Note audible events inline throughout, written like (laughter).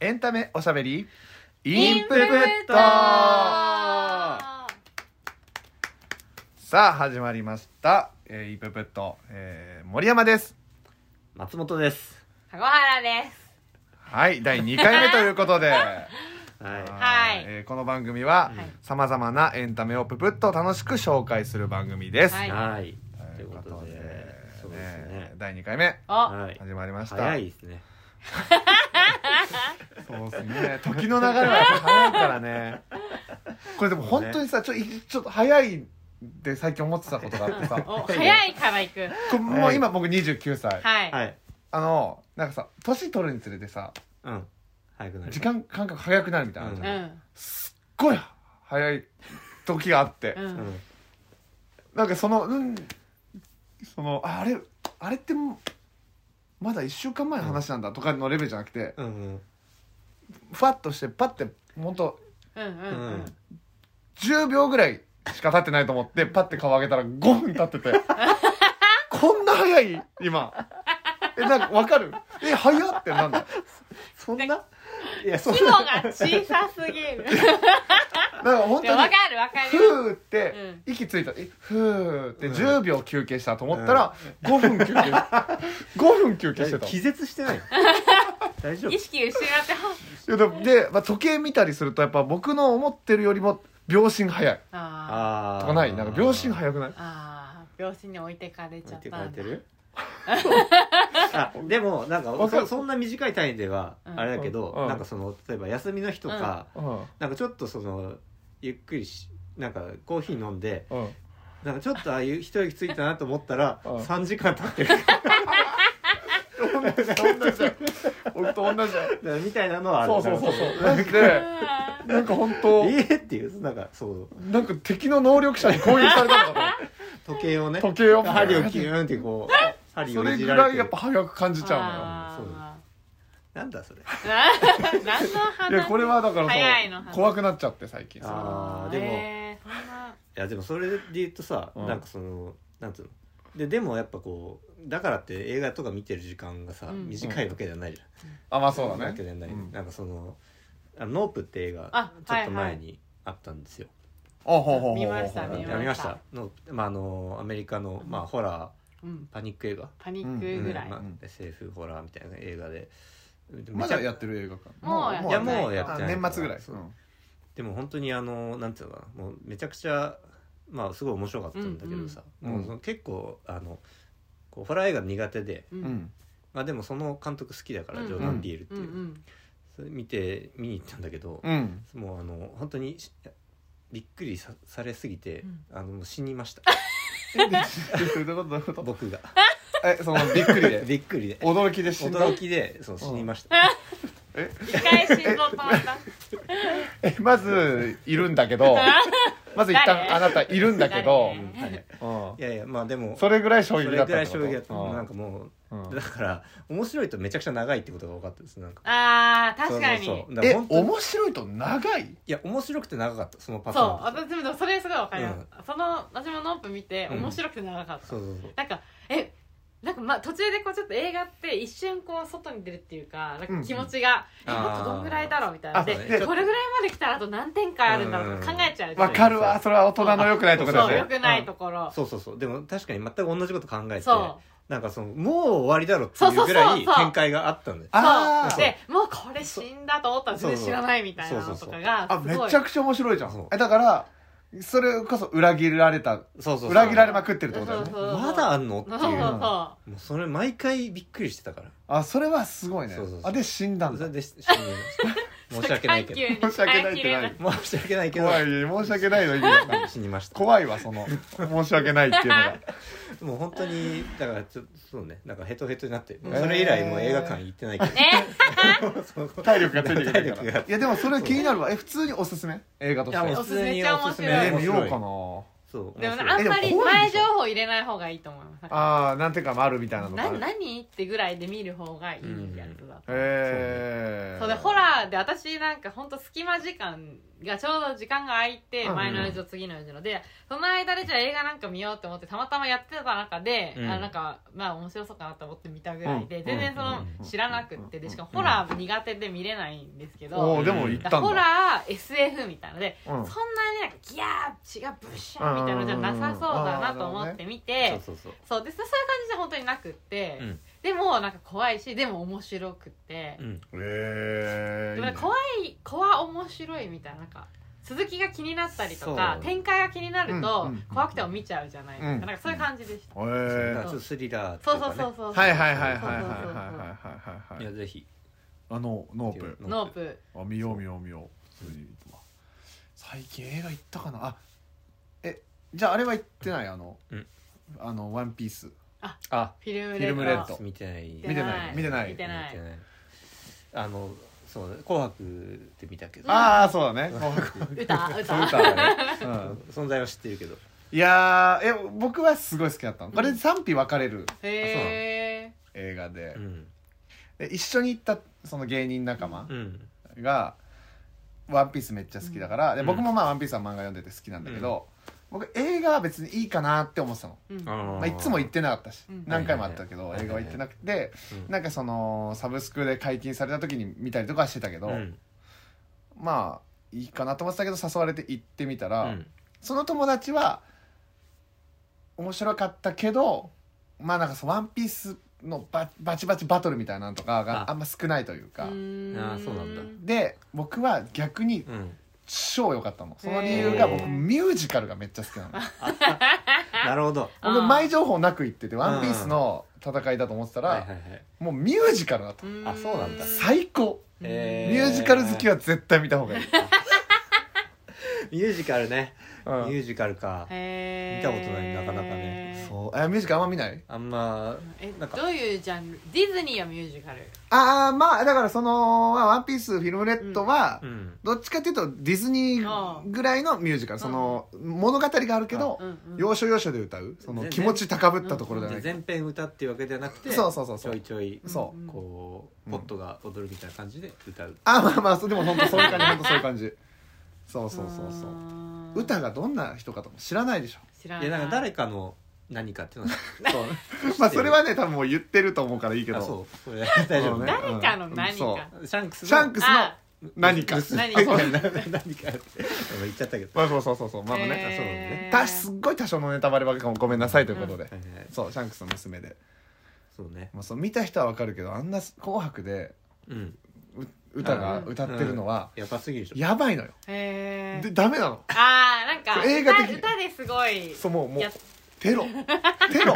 エンタメおしゃべりイインプンプッットトさあ始まりました、えーインプット、えー森山です松本です。籠原です。はい第2回目ということ (laughs) でははいえーこの番組ははいさまざまなエンタメをププッと楽しく紹介する番組です、はいい。はい。といといううここととでで、そうですねね。第2回目お、はい。始まりました早いですね。そうですね時の流れは早いから (laughs) ねこれでも本当にさちょいちょっと早いって最近思ってたことがあってさ (laughs) お、早いから行く。こもう今僕29歳、はい。はい。あのなんかさ年取るにつれてさうん。早くなる。時間感覚早くなるみたいなのあるうじゃん、ん。すっごい早い時があって、う。うんん。なんかそのうんそのああれあれってもうまだ1週間前の話なんだとかのレベルじゃなくて、うんうん。ふわっとしてパッてほんとうん。うん。ううんん。 10秒ぐらいしか経ってないと思ってパッて顔上げたら5分経っててこんな早い今えなんかわかるえ早ってなんだそんないや、そん規模な。が小さすぎる。なんか本でもわ当にかるわかるよ。ふーって息ついたえふーってうん10秒休憩したと思ったら5分 (laughs) 休憩5分休憩してた気絶し (laughs) てない。大丈夫意。識失っては。いやでもで、まあ、時計見たりするとやっぱ僕の思ってるよりも秒針早いああとあ。かないなんか秒針い。早くないあ。ああ、秒針に置いてかれ置ちゃいってたかれんて。だるあでもなんわかかるそそんな短い単位ではうんあれだけど、うんなんかその例えば休みの日とか、うんなんかちょっとそのゆっくりしなんかコーヒー飲んで (laughs) うんなんかちょっとああいう一息ついたなと思ったら (laughs) うん3時間 (laughs) 経ってる同じじゃん俺と同じじゃんだからみたいなのはある (laughs) そうそうそうそうなマんかジでなんか本当えーっていうなんかそうなんか敵の能力者に攻撃されたのか時計をねと思う時計を針をキューンってこう針そをれいじぐらられいてやっるぱ早く感じちゃあそうだよあなんだそれな何のうの話よいやこれはだから早いのそう話怖くなっちゃって最近あーでもえーそんないやでもそれで言うとさ、うんなんかそのなんつうのででもやっぱこうだからって映画とか見てる時間がさ、うん短いわけじゃないじゃん、あまあそうだわねけじゃない、うんなんかそのあのノープって映画あちょっはといはい前にあったんですよ、あほうほうほうほう見ましたあ見やめまししたたの、まあ、あのアメリカの、まあ、ホラうんーパニック映画パニックぐらい、うんまあうん、 SF ホラーみたいな映画でまだやっってる映画館もういやもうやあってない年末ぐらいそうでも本当にあのなんていうのかなもうめちゃくちゃまあすごい面白かったんだけどさ、うんうんもうその結構あのこうホラー映画苦手で、ううんんまあ、でもその監督好きだから、うんジョーダン・ピールってうんいうう、んそれ見て見に行ったんだけど、うんもうあの本当にしびっくりさされすぎて、うんあのもう死にま (laughs) したえどういうことどういうこと僕がえそのびっくりでびっくりで驚きで死んだ驚きでそう死にました、一回心臓止まったえまずいるんだけ (laughs) どまず一旦誰あなたいるんだけど誰うんはい、うんいやいやまあでもそれぐらい衝そ撃れだっぐたらっいてこと衝撃だったうんなんかもうんうだから面白いとめちゃくちゃ長いってことが分かったですなんかあー確かそにうそうそうそうだからえ本当に面白いと長いいや面白くて長かったそのパターン私でもそれすごいわかります、うんその私もノープ見てうん面白くて長かった、そうそうそうなんかえなんかまあ途中でこうちょっと映画って一瞬こう外に出るっていうかなんか気持ちが、うんえもっとどんぐらいだろうみたいなあでそうねこれぐらいまで来たらあと何点かあるんだろうとか考えちゃうわかるわそれは大人の良くないとこそだうよねくないところ、そうそうそうでも確かに全く同じこと考えてそうなんかそのもう終わりだろっていうぐらそうそういそうそう展開があったんだよあそーうでもうこれ死んだと思ったら全然知らないみたいなのとかがあすめごいちゃくちゃ面白いじゃそうんえだからそれこそ裏切られたそうそうそう裏切られまくってるってことだよそねうそうまだあんのっていそううそうそうもうそれ毎回びっくりしてたからあそれはすごいねそうそうそうあで死んだんそだれで死にました (laughs) 申し訳ないけどど申し訳ないって何申し訳ないけど怖い申し訳ない (laughs) の意味がわかんない死にました怖いわその申し訳ないっていうの (laughs) がもう本当にだからちょっとそうねなんかヘトヘトになってもうそれ以来もう映画館行ってないけど、ね (laughs) 体力がついてくるか体力らがいやでもそれ気になるわえ普通におすすめ映画としていやもおうすすめっちゃ面白いえ普ー見ようかななそうでも面白いあんまえりでも怖い前でし情ょ報入れない方がいいと思いますああなんていうかもあるみたいなのがあなる何ってぐらいで見る方がいいやつだ、へえそうでホラーで私なんかほんと隙間時間がちょうど時間が空いてうん前の4時と次の4時のでその間でじゃあ映画なんか見ようと思ってたまたまやってた中で、うんあなんかまあ面白そうかなと思って見たぐらいで、うん全然その、うん知らなくってでしかもホラー苦手で見れないんですけおど、おでも行っだたんだホラー SF みたいので、うんそんなになんかギャー血がブッシャーみたいなのじゃなさそうだなと思って見て、そうそうそうでそそういう感じじゃ本当になくって、うんでもなんか怖いしでも面白くってそう、うんえでもなんかい怖い怖面白いみたいななんか続きが気になったりとかそう展開が気になるうとんうん怖くても見ちゃうじゃないですか、うんなんかそういう感じでした、へそうだからえちょっとスリラーとそうかそねうそうそうはいはいはいはいはいそうはいそうはそいはういやはいぜひあのノープノープあ見よう見よう見よう普通に見てます最近映画行ったかなあえじゃああれは行ってないあの、うんあの「ワンピースあフィルムレフッドィルムレッド見てない見てない見てない見てないあのそう「紅白」で見た (laughs) けどああそうだね歌 (laughs) そう歌歌だね、うん、存在は知ってるけどいやーえ僕はすごい好きだったのこれ賛否分かれるへえ映画で,、うんで一緒に行ったその芸人仲間うんが「ワンピースめっちゃ好きだから、でうん僕もまあ「ワンピースは漫画読んでて好きなんだけど、僕映画は別にいいかなって思ってたの、うんまあ、いつも行ってなかったし、うん何回もあったけど、はいはいはい映画は行ってなくて、うんなんかそのサブスクで解禁された時に見たりとかはしてたけど、うんまあいいかなと思ってたけど誘われて行ってみたうら、んその友達は面白かったけどまあなんかそのワンピースのババチバチバトルみたいなのとかがああんま少ないというか、あーそうなんだで僕は逆にうん超良かったのその理由がへ僕ーミュージカルがめっちゃ好きなのなるほどあー僕前情報なく行ってて「ワンピースの戦いだと思ってたら、はいはいはいもうミュージカルだとあそうなんだ最高えミュージカル好きは絶対見た方 (laughs) がいい、ミュージカルねうんミュージカルか見見たことないなかなかねそうえミュージカルあんま見ないあんまえなんかどういうジャンルディズニーはミュージカルああまあだからその「まあワンピースフィルムレッドは、うんどっちかっていうとディズニーぐらいのミュージカルその物語があるけどうんうん要所要所で歌うその全然気持ち高ぶったところじゃないで全編歌っていうわけではなくてそうそうそうそうちょいちょいそううんこううんポットが踊るみたいな感じで歌うあまあまあそうでも本当そういう感じ本当そういう感じ (laughs) そうそうそうそううーん歌がどんな人かとも知らないでしょ知らないいやなんか誰かの何かっていうのはそうまあそれはね多分もう言ってると思うからいいけあどそうそれ大丈夫ね誰かの何かうんシャンクスシャンクスのあ何か娘何あかそう (laughs) 何かって言っちゃったけど (laughs) まあそうそうそうそうまあね、ーそうなんだへねーたすっごい多少のネタバレばっかもごめんなさいということで、はいはいそうシャンクスの娘で、そうねまあ、そう見た人はわかるけどあんな「紅白」でうんう歌が歌ってるのはやばすぎるでしょやばいのよ、へでーダメなのあーなんか映画的に歌歌ですごいそうもうもうやっテ (laughs) ロテロ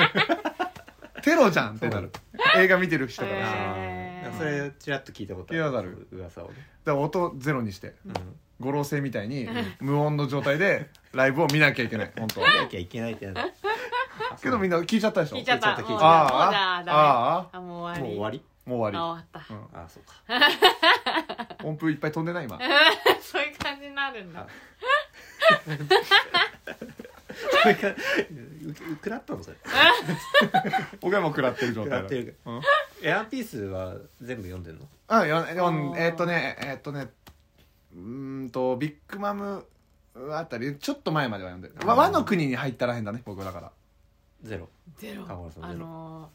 テロじゃんってなる映画見てる人からへだーかあーそれちらっと聞いたこと聞いたことある噂をねら音ゼロにしてうん五老星みたいに無音の状態でライブを見なきゃいけない本当はなきゃいけないってなるけどみんな聞いちゃったでしょ聞いちゃった聞いちもゃったうもうじあゃーああーダあメあもうもう終終わわりりーもう終あわ終わっり、うんあそうか音符いっぱい飛んでない今た (laughs) そういう感じになるんだそれから (laughs) うくらったのそれ僕はもう食らってる状態だ食らってるうんエアピースは全部読んでんのうん、よんよんあーえーっとねえーっとねうーんとビッグマムあたりちょっと前までは読んでる、ま、あー和の国に入ったらへんだね僕はだからゼロゼロ河村さんゼロあの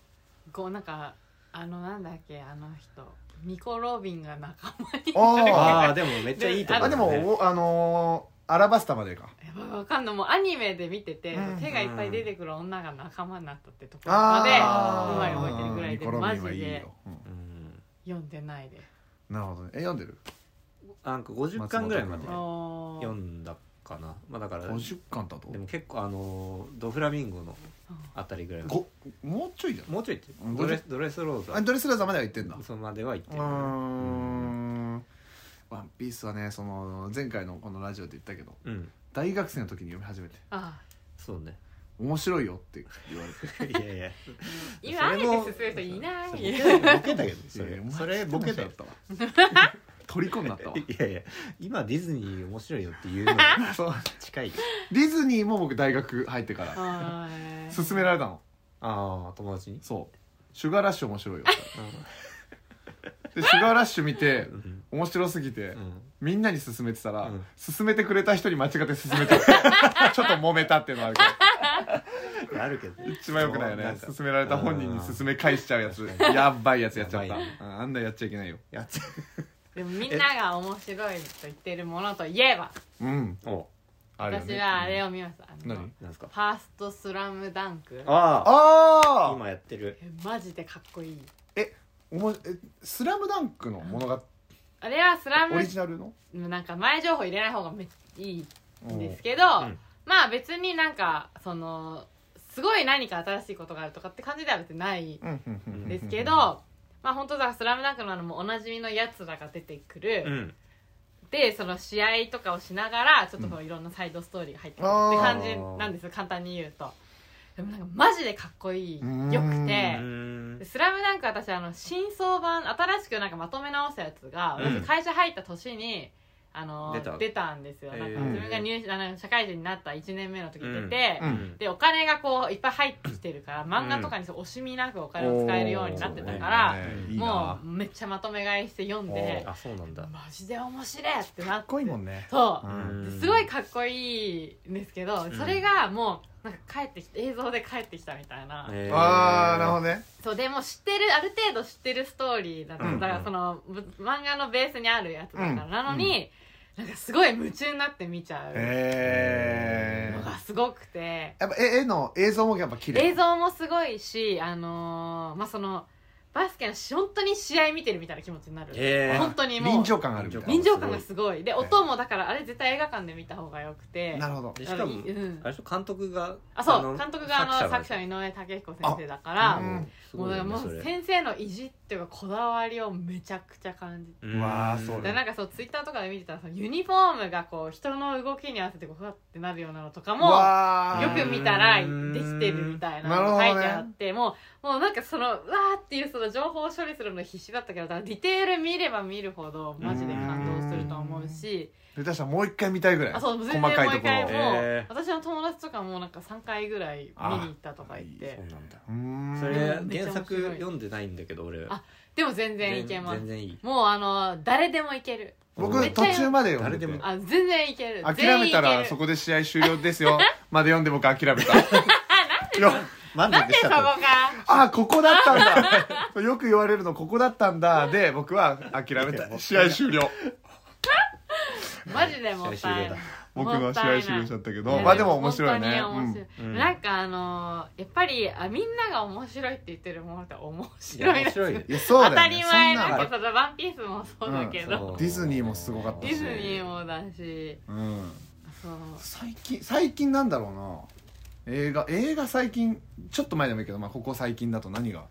ーこうなんかあのなんだっけあの人ミコ・ロビンが仲間にあ (laughs) ああでもめっちゃいいとあ思あうでねもおあのーアラバスタまでかやばいわかんないもうアニメで見てて、うん手がいっぱい出てくる女が仲間になったってところまであうまい覚えてるぐらいニでコロマビジンはいいでよ、うんうん読んでないでなるほどねえ読んでるなんか50巻ぐらいまで松お読ーんだかなまあだからで50巻だとも結構あのードフラミンゴのあたりぐらいまでごもうちょいじゃんもうちょいってうんドレスドレスローあザドレスラーザまでは行ってんだそのまでは行ってうーるうんん「ワンピースはねその前回のこのラジオで言ったけどうん大学生の時に読み始めてあそう (laughs) ね面白いよって言われていやいや今アニメ進める人いなそいれボ (laughs) ケボケだけどそいやれお前それボケだだよったわ (laughs) 虜になったわいやいや今ディズニー面白いよっていう (laughs) のにそう近いディズニーも僕大学入って (laughs) からあー勧められたのああ友達にそう「シュガーラッシュ面白いよ」でシュガーラッシュ見てうん面白すぎてうんみんなに勧めてたら、うん勧めてくれた (laughs) 人に間違って勧めてちょっと揉めたっていうのはあるけあるけどど一番よくないよねんか勧められた本人に勧め返しちゃうやつ確かにやっばいやつやっちゃっやたばいうんあんなやっちゃいけないよやつでもみんなが面白いと言ってるものといえばうんおあるよ私ねはあれを見ましたあの何なんですかファーストスラムダンクああああ今やってるえマジでかっこいいおもえスラムダンクの物語あれはスラオムリジナルのなんか前情報入れない方がめっいいんですけど、んまあ別になんかそのすごい何か新しいことがあるとかって感じでは別にないうんうんうんうんんですけど、まあ本当だ「スラムダンクのあのもうおなじみのやつらが出てくる、うんでその試合とかをしながらちょっとこういろんなサイドストーリーが入ってくるって感じなんですよ簡単に言うとでもなんかマジでかっこいいうんよくうてんでスラムダンク私あの新装版新しくなんかまとめ直したやつが、うん私会社入った年にあの出出たたんですよ、なんへかー自分が入社あの社会人になった1年目の時に出て、うんうんでお金がこういっぱい入ってきてるから漫画とかにそう惜しみなくお金を使えるようになってたかおら、ーうんいいもなうめっちゃまとめ買いして読んおでーあそうなんだマジで面白いってなかっってこいいもんねそうう、んですごいかっこいいんですけど、んそれがもうなんか帰ってきて映像で帰ってきたみたいな、ああなるほどねそうでも知ってるある程度知ってるストーリーだと、うんだからそのぶ漫画のベースにあるやつだから、うんなのに、なんかすごい夢中になって見ちゃうへのえがすごくて、やっぱ絵絵の映像もやっぱ綺麗映像もすごいしあのーまあそのバスケのし本当に試合見てるみたいな気持ちになる、え本当にもう臨場感あるみたいな臨場感がすごいではい音もだからあれ絶対映画館で見た方がよくてなるほどであしかのもいうんあれでしょ監督があそう監督があの作者にの井上武彦先生だから、あうんもうだからもう先生の意地っていうかこだわりをめちゃくちゃ感じてうわーそうでなんかそうツイッターとかで見てたらそのユニフォームがこう人の動きに合わせてこうふわってなるようなのとかうもわよーく見たらできてるみたいなのが書いてあって、もうもうなんかそのうわーっていうその情報を処理するの必死だったけどだからディテール見れば見るほどマジで感動すると思うし下手したらもう一回見たいぐらいあそう細全然かい毎ところ回もう、へー私の友達とかもなんか3回ぐらい見に行ったとか言ってそうなんだうーんそれ原めっちゃ面作白い読んでないんだけど俺あでも全然いけます全然いいもうあの誰でもいけるめ僕っち途ゃ中まで読んで誰てでもあ全然いけ諦るめた全員いらけるそこで試合終了です (laughs) よまで読んで僕諦めたいや満なんでそこかあここだったん (laughs) だよく言われるのここだったんだで僕は諦めいやもったいなたい試合終了マジでもったいない僕の試合終了しちゃったけいどやまあでも面白いね本当に面白いうんうんなんかあのーやっぱりあみんなが面白いって言ってるものって面白い面白いうんいやそうだよ当ねたり前そんなだのけど「ワンピースもそうだけど、うディズニーもすごかったディズニーもだしうんそう最近最近なんだろうな映画映画最近ちょっと前でもいいけど、まあ、ここ最近だと何が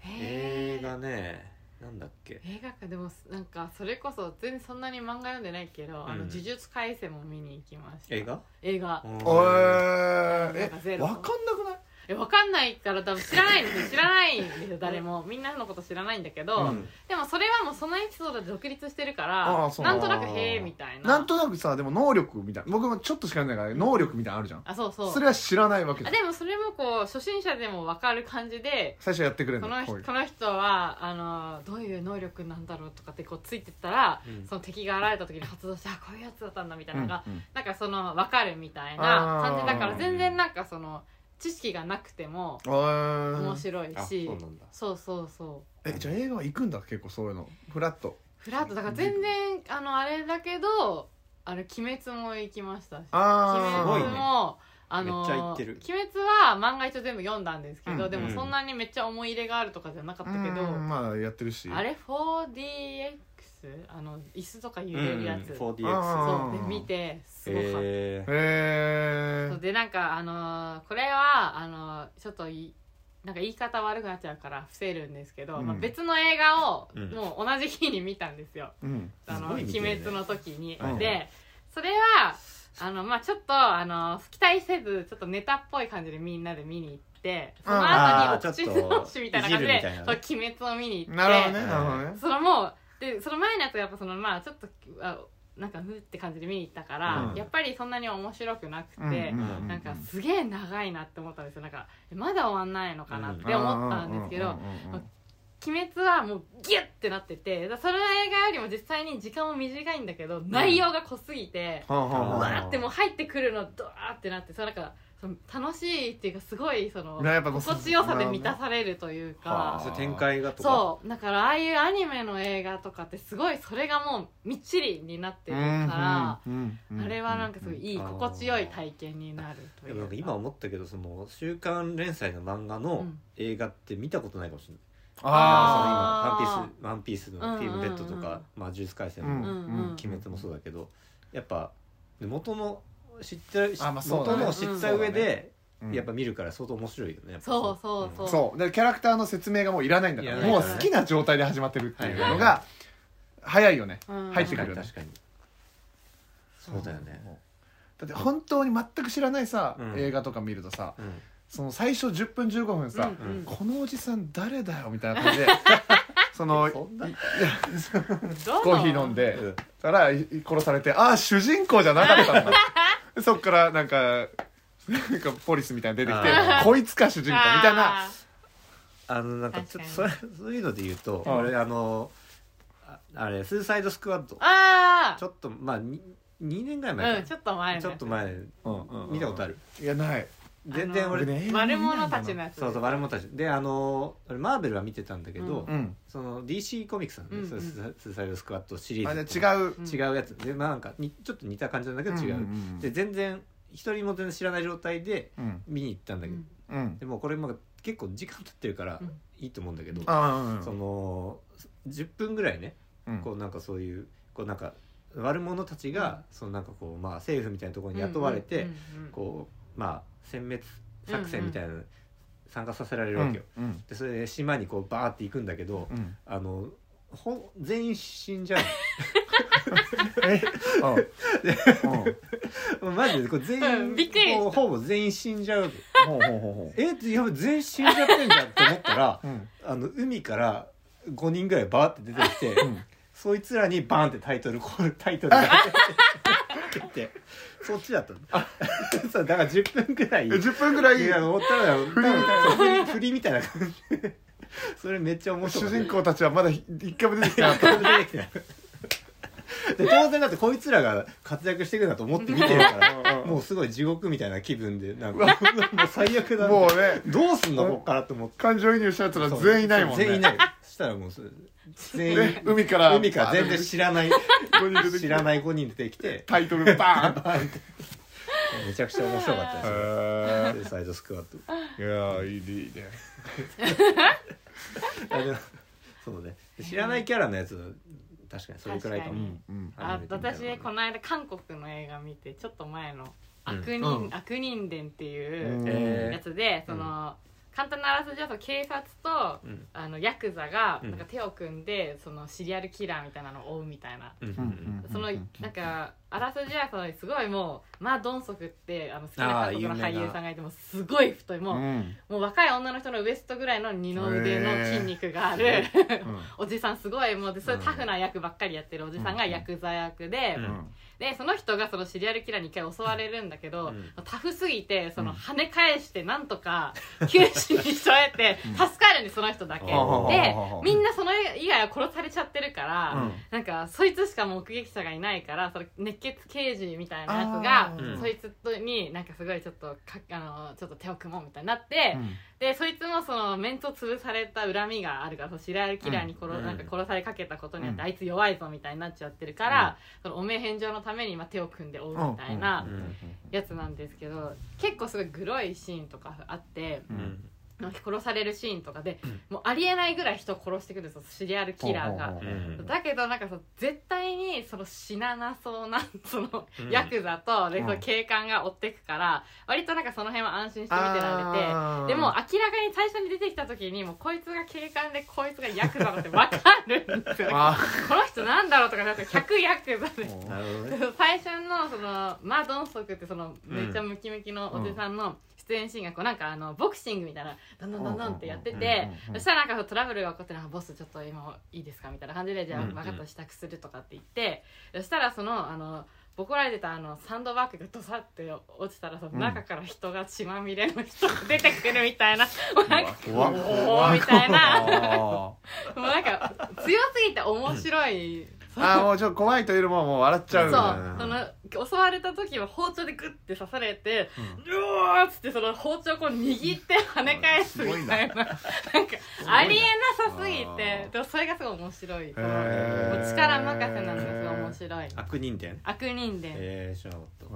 へ映ー画ねなんだっけ映画かでもなんかそれこそ全然そんなに漫画読んでないけど、あのうん呪術廻戦も見に行きました映画映画えー、なんかえゼロわかんなくないえわかんないから多分知らないんですよ知らないんですよ誰もみんなのこと知らないんだけど、うんでもそれはもうそのエピソードで独立してるかあーらそうなんとなくへえみたいななんとなくさでも能力みたいな僕もちょっとしか読んでないから能力みたいなのあるじゃんあそうそうそれは知らないわけあだでもそれもこう初心者でもわかる感じで最初やってくれるこののこう人いうこの人はあのどういう能力なんだろうとかってこうついてったら、うんその敵が現れた時に発動してあこういうやつだったんだみたいなのが、うんうんなんかそのわかるみたいな感じだかあらー全然なんかその知識がなくてもあー面白いあそうし、なんだそうそうそうえじゃあ映画は行くんだ結構そういうのフラットフラットだから全然あのあれだけどあれ鬼滅も行きましたしあ鬼あ滅も、あめのっちゃ行ってる鬼滅は漫画一応全部読んだんですけど、うんでもそんなにめっちゃ思い入れがあるとかじゃなかったけど、まあやってるしあれ 4DX あの椅子とか揺れるやつ、そう 4DX で見てすごかった、えへそうでなんかあのーこれはあのーちょっといなんか言い方悪くなっちゃうから伏せるんですけど、うんまあ、別の映画をうんもう同じ日に見たんですよ、えうんあの、すごい見鬼てるね滅の時に、うんでそれはあのまあちょっとあの期待せずちょっとネタっぽい感じでみんなで見に行ってそのあー後におち口ょっと直しみたいな感じいじるみでたいなそうね鬼滅を見に行ってなるほどねでなるほどねそのもうでその前のやつがやっぱそのまあちょっとあなんかふーって感じで見に行ったから、うんやっぱりそんなに面白くなくて、うんうんなんかすげえ長いなって思ったんですよなんかえまだ終わんないのかなって思ったんですけど、うんうんうんうんうん鬼滅はもうギュッてなっててだその映画よりも実際に時間も短いんだけど内容が濃すぎて、はあはあうはわあーってもう入ってくるのドワーってなってそのなんかその楽しいっていうかすごいそのねやっぱもう心地よさで満たされるというはあかそういう展開がとかそうだからああいうアニメの映画とかってすごいそれがもうみっちりになってるからうんうんうんうんあれはなんかすごいいいうん心地よい体験になるといでうもなんか今思ったけどその週刊連載の漫画うのん映画って見たことないかもしれない、ああーその今ワンピース「ワンピース」の「ティームベッド」とかうんうん「まうんあ、呪術廻戦」うもんうんううんん鬼滅もそうだけどやっぱ元の知ってる、あまあそうだ元ねのを知った上で、あ、うんやっぱ見るから相当面白いよねそうそうそうそうでキャラクターの説明がもういらないんだからいらないもうからね好きな状態で始まってるっていうのはいはいはが早いよねうん入ってく確かるによね確かにそうだよねだって本当に全く知らないさ、うん映画とか見るとさうんその最初10分15分さ、うんうんこのおじさん誰だよみたいな感じで (laughs) そのそんなコどうーヒー飲んで、うんたらい殺されてああ主人公じゃなかったんだでそっからなんかなんかポリスみたいなの出てきてあーこいつか主人公みたいなああのなんかちょっとそれそういうので言うと、うん俺あのああれ「スーサイドスクワッドー」あちょっとまあに2年ぐらい前ーかうんちょっと前のやつちょっと前うんうんうん見たことあるいやない全然俺俺ね悪者たちのやつそうそう悪者たちであの俺マーベルは見てたんだけど、ううんその DC コミックさんね、うんうんそうスースーサイドスクワッドシリあーズじゃあ違ううん違うやつでまあなんかにちょっと似た感じなんだけど違う、んんんで全然一人も全然知らない状態でうん見に行ったんだけど、うんでもこれも結構時間経ってるからうんいいと思うんだけど、あうんうんその10分ぐらいねうんこうなんかそういうこうなんか悪者たちが、そのなんかこうまあ政府みたいなところに雇われて、うんうんこうまあ殲滅作戦みたいなのに参加させられるわけよ、うんでそれで島にこうバーって行くんだけど、うんあのほ全員死んじゃうえうんうんのマジでこう (laughs) 全員、うんびっくりしたほぼほぼ全員死んじゃうわけほうほうほうほうえってやばい全員死んじゃってんじゃんって思ったらうんあの海から5人ぐらいバーって出てきて、うんそいつらにバーンってタイトルコール (laughs) タイトルが出てきてそっちだったの (laughs) そうだから10分ぐらいえ10分ぐらいいや、思ったら、多分振り振りみたいな感じ (laughs) で。それめっちゃ面白い。主人公たちはまだひ一回も出てきてなかった出てきたで当然だってこいつらが活躍していくんだと思って見てるから (laughs) うんもうすごい地獄みたいな気分でなんか (laughs) もう最悪だもうねどうすんのこっからと思って感情移入したやつら全員いないもんね全員いないそしたらもうそれ全員ね海から海から全然知らないあの五人出てきて知らない5人出てきてタイトルバーンめちゃくちゃ面白かったでへすサイドスクワットーいやーいいねいいねあでもそうね知らないキャラのやつは確かにそれくらいかうもんうんあ私このの間韓国の映画見てちょっと前の「うん悪人、うん悪人伝」っていうえやつで、うんその簡単なあらすじだと警察とうんあのヤクザがうんなんか手を組んでそのシリアルキラーみたいなのを追うみたいな。うんうんそのうんなんかあらすじはそのすごいもうまあドンソクってあの好きな韓国のあー有名な俳優さんがいてもうすごい太いもう,、うんもう若い女の人のウエストぐらいの二の腕の筋肉がある、へおじさんすごいもうでそういううんタフな役ばっかりやってるおじさんがヤクザ役で、うんでその人がそのシリアルキラーに一回襲われるんだけど、うんタフすぎてそのうん跳ね返してなんとか九死にしとえてうん助かるんでその人だけ、うんでうんみんなその以外は殺されちゃってるから、うんなんかそいつしか目撃者がいないからその熱血刑事みたいなやつがあーそいつとになんかすごいちょっとかあのちょっと手を組もうみたいになって、でそいつもそのメンツを潰された恨みがあるからそのシリアルキラーに殺,、うんなんか殺されかけたことによって、うんあいつ弱いぞみたいになっちゃってるから、そのおめえ返上のために今手を組んで追うみたいうなんやつなんですけど結構すごいグロいシーンとかあって。うんなんか殺されるシーンとかで、もうありえないぐらい人を殺してくるんですよシリアルキラーが、ほうほうほううんだけどなんかさ絶対にその死ななそう (laughs) なそのうんヤクザと、でうんその警官が追ってくから割となんかその辺は安心して見てられて。あーでも明らかに最初に出てきた時にもうこいつが警官でこいつがヤクザだって分かるんですよあこの人なんだろうとかなんか100ヤクザでなるほどね最初のそのマ・ドンソクってそのめっちゃムキムキのおじさんの出演シーンがこうなんかあのボクシングみたいなどんどんどんどんってやってうんうんうんてうんうんそしたらなんかトラブルが起こって「あボスちょっと今いいですか?」みたいな感じで「じゃあうんうん分かった支度する」とかって言ってそしたらそのあのボコられてたあのサンドバッグがドサって落ちたらその中から人が血まみれの人が出てくるみたいな、もうなんか怖っおーみたいなあもうなんか強すぎて面白い。ーあーもうちょっと怖いというよりももう笑っちゃうそんうだその襲われた時は包丁でグッて刺されて「うわ、ーっつってその包丁をこう握って跳ね返すみたいななんかありえなさすぎてあーでもそれがすごい面白いからへーもう力任せなのがすごい面白い悪人伝悪人伝ええ知らなかったへ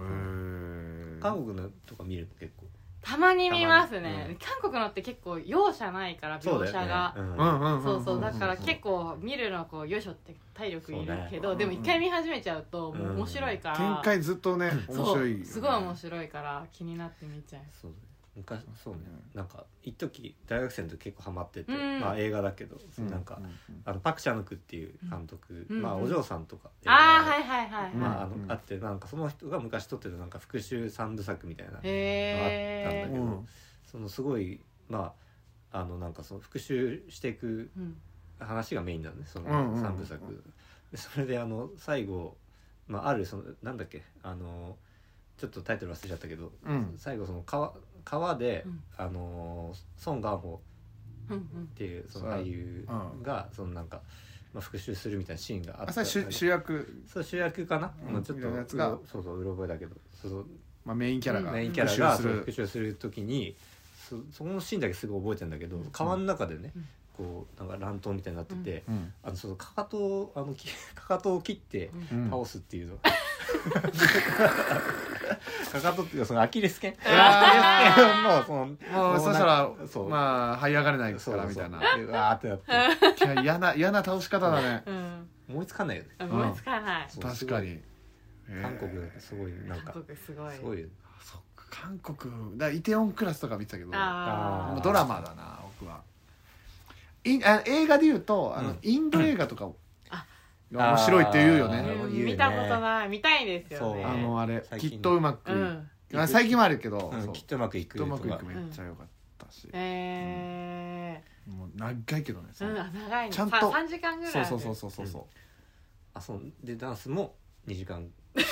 ー韓国のとか見ると結構たまに見ますね、うん韓国のって結構容赦ないから描写がうんうんうんんんそうそうだから結構見るのはこうよいしょって体力いるけそど、うねでも一回見始めちゃうとうん面白いから、展開ずっとね面そう白いすごい面い白いから気になって見ちゃうそうだね昔そうねなんか一時大学生の時結構ハマってて、うんまあ映画だけど、なんか、あのパク・チャヌクっていう監督、うんまあうんお嬢さんとかああはいはいはいはい、うんまああのうんあってなんかその人が昔撮ってたなんか復讐三部作みたいなへあったんえだそのすごいまああのなんかその復讐していくうん話がメインなんでそのうんうんうん三部作、でそれであの最後、まあ、あるそのなんだっけあのちょっとタイトル忘れちゃったけど、うん最後その川川で、うんあの孫ンホうんっていうそそうの俳優うんがそのなんか、まあ、復讐するみたいなシーンがあった朝主主役、そう主役かな、うんもうちょっみたいなやつとがそうそううろ覚えだけどそうそうまあ、メインキャラがメインキャラがそう復讐する時にそそこのシーンだけすごい覚えてんだけど川の中でね、うんこうなんか乱闘みたいになってて、うんあのそのかかとをあのきかかとを切ってうんうん倒すって (laughs) いうの、かかとっていうかそのアキレス腱あもう (laughs) そのもうそしたらそうまあ這い上がれないかそうらそうみたいなでうわーってなっていや嫌な嫌な倒し方だねうん思いつかないよね思いつかない、そう確かに韓国えーすごいなんか韓国すごいすごいよねそっか韓国だからイテオンクラスとか見てたけどあもあうドラマだな僕はいあ映画で言うとあの、うんインド映画とかをあが面白いって言うよあーねうん言うね見たことない見たいですよねあそうのあれ最き近っとうまく、うんあ最近もあるけど、うんそうきっきっとうまくいくとうまくいくんめっちゃ良かったし、えもう長いけどね、ーうん、あ長いねちゃんとさ3時間ぐらいあそうるそうそうそうそうそうあそうでダンスも2時間3時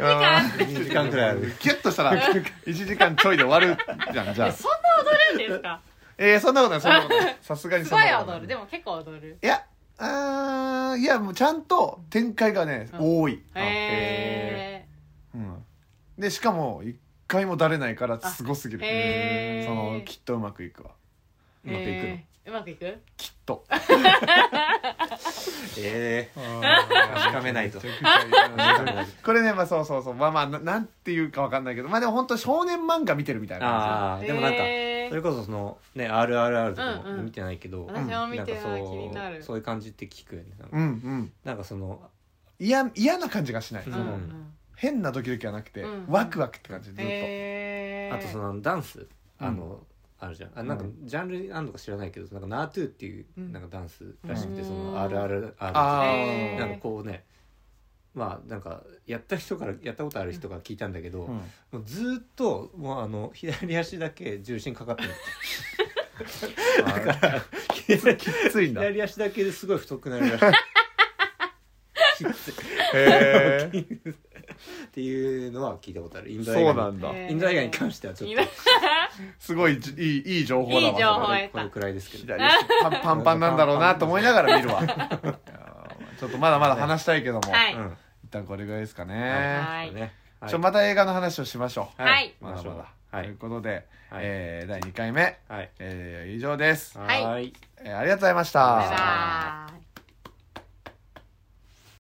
間あっ2時間ぐらいあるキュッとしたら1時間ちょいで終わるじゃんじゃ (laughs) てあそんな踊るんですかえー、そんなことないそんなことないさすがにすそごんいなことない踊るでも結構踊るいやあーいやもうちゃんと展開がね、うん多い、へえうん、でしかも一回もだれないからすごすぎーる、へえそのきっとうまくいくわうまくいくのうまくいくのきっとえ確かめな (laughs) いとこれねまあそうそうそうまあまあななんていうかわかんないけどまあでも本当少年漫画見てるみたいえな感ああでもなんかへーそれこそそのね RRR とかうんうもん見てないけど私も見てななんいか気そうになるそういう感じって聞くよねじなんかうんうんなんかその嫌嫌な感じがしない、ううんんうん変なドキドキはなくて、うんワクワクって感じずっと、へーあとそのダンスあのあるじゃんあなんかうんジャンルあんのか知らないけどなんかナートゥっていううんなんかダンスらしくてうんその RRR あーへーなんかこうねまあなんかやった人からやったことある人が聞いたんだけど、うんもうずーっともうあの左足だけ重心かかってる左きつ (laughs) いんだへ左足だけですごい太くなるらしいきつい (laughs) えっていうのは聞い (laughs) たことあるインド映そ画うになんだ、へーインド映画に関してはちょっとすごいじいいいい情報だわいい情報それ得たこれくらいですけど左足パンパンパンなんだろうなと思いながら見る (laughs) わいやーちょっとまだまだ話したいけども、はいうん一旦これぐらいですかね、はそうねはいちょまた映画の話をしましょう、はいまだまだ、はといいうことで、はいえー第2回目、はいえー以上です、はいはいえーありがとうございましたありがとうございましたバイバイ